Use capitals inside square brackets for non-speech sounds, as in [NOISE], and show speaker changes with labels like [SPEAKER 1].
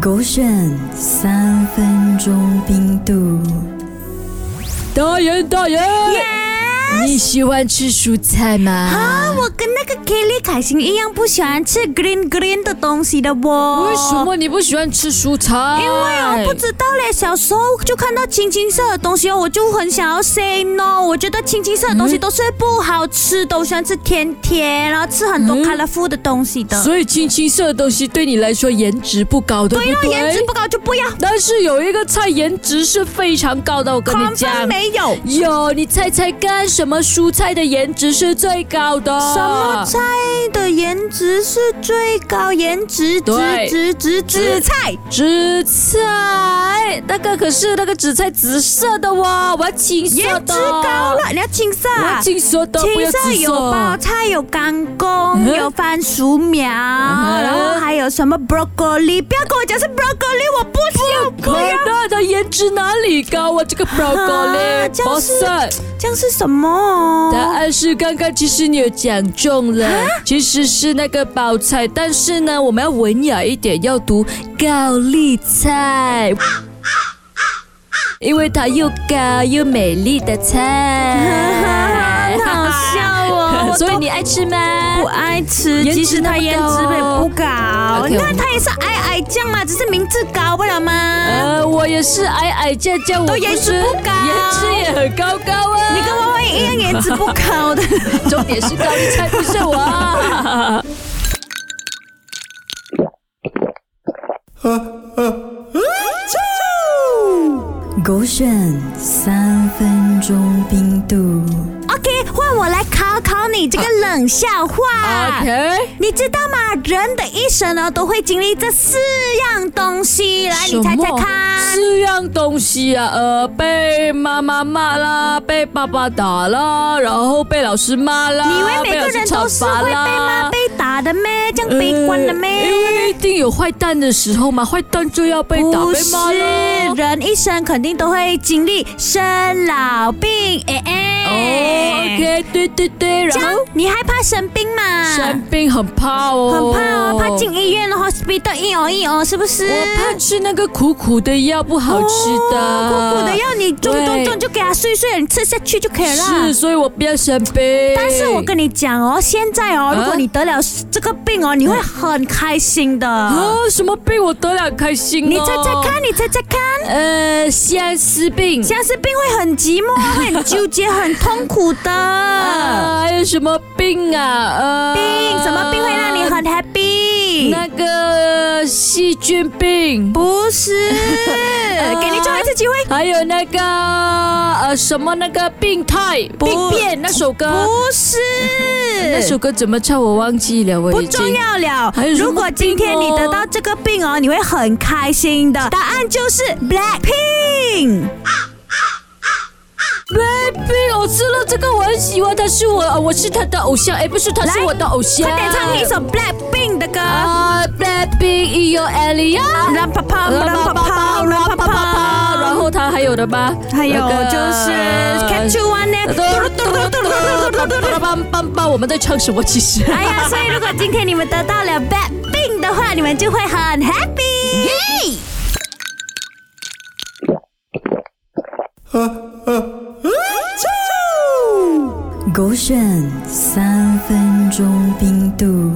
[SPEAKER 1] 狗选三分钟冰度。导演，导演你喜欢吃蔬菜吗？
[SPEAKER 2] 啊，我跟那个 Kelly 凯欣一样，不喜欢吃 green green 的东西的哦。
[SPEAKER 1] 为什？么你不喜欢吃蔬菜？
[SPEAKER 2] 因为我不知道嘞，小时候就看到青青色的东西哦，我就很想要 say no。我觉得青青色的东西都是不好吃的，我喜欢吃甜甜，然后吃很多
[SPEAKER 1] 嗯
[SPEAKER 2] colorful 的东西的。
[SPEAKER 1] 所以青青色的东西对你来说颜值不高，对
[SPEAKER 2] 对
[SPEAKER 1] 不
[SPEAKER 2] 咯，
[SPEAKER 1] 对？
[SPEAKER 2] 哎颜值不高就不要。
[SPEAKER 1] 但是有一个菜颜值是非常高的，我跟你讲
[SPEAKER 2] 分。没有。
[SPEAKER 1] 有，你猜猜看，什么蔬菜的颜值是最高的？
[SPEAKER 2] 什么菜的颜值是最高？颜值紫
[SPEAKER 1] 对
[SPEAKER 2] 紫紫紫菜，
[SPEAKER 1] 紫菜，那个可是那个紫菜紫色的哦，我要青色的。
[SPEAKER 2] 颜值高了，你要青色
[SPEAKER 1] 我
[SPEAKER 2] 啊
[SPEAKER 1] 要！青色的，不
[SPEAKER 2] 青
[SPEAKER 1] 要
[SPEAKER 2] 色
[SPEAKER 1] 紫
[SPEAKER 2] 有包
[SPEAKER 1] 色。
[SPEAKER 2] 菜，有干
[SPEAKER 1] 嗯
[SPEAKER 2] 公，
[SPEAKER 1] 哼
[SPEAKER 2] 有番薯苗，
[SPEAKER 1] 哼
[SPEAKER 2] 然后还有什么 broccoli？不要跟我讲是 broccoli，我不要不
[SPEAKER 1] 可
[SPEAKER 2] 要。
[SPEAKER 1] 乐的颜值哪里高啊？这个 broccoli，
[SPEAKER 2] 这
[SPEAKER 1] 博
[SPEAKER 2] 样
[SPEAKER 1] 士。
[SPEAKER 2] 是这样是什
[SPEAKER 1] 答
[SPEAKER 2] 么？
[SPEAKER 1] 案是刚刚，其实你有讲中了，其实是那个包菜，但是呢，我们要文雅一点，要读高丽菜，因为它又高又美丽的菜，
[SPEAKER 2] 很，好笑哦
[SPEAKER 1] [LAUGHS] 所以你爱吃吗
[SPEAKER 2] 我？爱吃，
[SPEAKER 1] 颜值
[SPEAKER 2] 其实它颜值也不高。
[SPEAKER 1] OK，
[SPEAKER 2] 你
[SPEAKER 1] 我们
[SPEAKER 2] 看它也是矮矮酱啊嘛，只是名字高不了吗？
[SPEAKER 1] 呃，我也是矮矮叫叫，我
[SPEAKER 2] 都
[SPEAKER 1] 不
[SPEAKER 2] 颜值
[SPEAKER 1] 是
[SPEAKER 2] 不高
[SPEAKER 1] 颜值也很高高啊。
[SPEAKER 2] 你跟娃娃一样颜值不高的。
[SPEAKER 1] 重点是高丽菜，不
[SPEAKER 2] [LAUGHS]
[SPEAKER 1] 是
[SPEAKER 2] 啊
[SPEAKER 1] 我。
[SPEAKER 3] 狗选三分钟冰度，
[SPEAKER 2] OK，换我来考考你这个冷笑话。
[SPEAKER 1] OK，
[SPEAKER 2] 你知道吗？人的一生呢，都会经历这四样东西。来，
[SPEAKER 1] 什
[SPEAKER 2] 你猜猜
[SPEAKER 1] 么啊
[SPEAKER 2] 看。
[SPEAKER 1] 四样东西啊，呃，被妈妈骂啦，被爸爸打啦，然后被老师骂啦，
[SPEAKER 2] 你以为每
[SPEAKER 1] 被老
[SPEAKER 2] 个
[SPEAKER 1] 师
[SPEAKER 2] 人都是
[SPEAKER 1] 惩罚
[SPEAKER 2] 会被骂、
[SPEAKER 1] 啦
[SPEAKER 2] 被打的咩？这样悲观的
[SPEAKER 1] 呃因
[SPEAKER 2] 咩？
[SPEAKER 1] 为一定有坏蛋的时候嘛，坏蛋就要被打
[SPEAKER 2] 不
[SPEAKER 1] 被
[SPEAKER 2] 是
[SPEAKER 1] 骂哦咯，。
[SPEAKER 2] 人一生肯定都会经历生老病，哎
[SPEAKER 1] 哦
[SPEAKER 2] 哎。
[SPEAKER 1] ，OK，对对对，
[SPEAKER 2] 这样
[SPEAKER 1] 然后
[SPEAKER 2] 你害怕生病吗？
[SPEAKER 1] 生病很怕哦，
[SPEAKER 2] 很怕哦，怕进医院了，hospital 一哦一哦，是不是？
[SPEAKER 1] 我怕吃那个苦苦的药，不好吃的。
[SPEAKER 2] 哦苦苦的药你中中
[SPEAKER 1] 对
[SPEAKER 2] 中就给它碎碎，你吃下去就可以了
[SPEAKER 1] 是，。所以我不要生病。
[SPEAKER 2] 但是我跟你讲哦，现在
[SPEAKER 1] 啊
[SPEAKER 2] 哦，如果你得了这个病哦，你会很开心的。
[SPEAKER 1] 啊，什么病我得了开心、哦？
[SPEAKER 2] 你猜猜看，你猜猜看，
[SPEAKER 1] 呃，相思病。
[SPEAKER 2] 相思病会很寂寞，会很纠结，很痛苦的。
[SPEAKER 1] 啊，还有什么病啊？呃，
[SPEAKER 2] 病什么病会让你很 happy？
[SPEAKER 1] 那个呃细菌病，
[SPEAKER 2] 不是，呃给你最后一次机会。
[SPEAKER 1] 还有那个呃什么那个病态
[SPEAKER 2] 不
[SPEAKER 1] 病变那首歌，
[SPEAKER 2] 不是，
[SPEAKER 1] 那首歌怎么唱我忘记了，我
[SPEAKER 2] 不
[SPEAKER 1] 已经
[SPEAKER 2] 重要了
[SPEAKER 1] 还有。什么
[SPEAKER 2] 如果今天你
[SPEAKER 1] 病哦
[SPEAKER 2] 得到这个病哦，你会很开心的。答案就是 Black Pink。
[SPEAKER 1] Baby，我吃了这个，我很喜欢，他是我，呃我是他的偶像，哎，不是，他是
[SPEAKER 2] 来
[SPEAKER 1] 我的偶像。
[SPEAKER 2] 快点唱一首 Black Pink 的歌。
[SPEAKER 1] 啊，Baby，有 Elia。
[SPEAKER 2] 让啪啪，让啪啪，让啪啪，
[SPEAKER 1] 然后他还有的吧？
[SPEAKER 2] 还有
[SPEAKER 1] 那个
[SPEAKER 2] 就是 Catch You One 呢。
[SPEAKER 1] 梆梆梆，我们在唱什么？其实。
[SPEAKER 2] 哎呀，所以如果今天你们得到了 Black Pink 的话，你们就会很 happy。
[SPEAKER 3] 狗选三分钟冰度。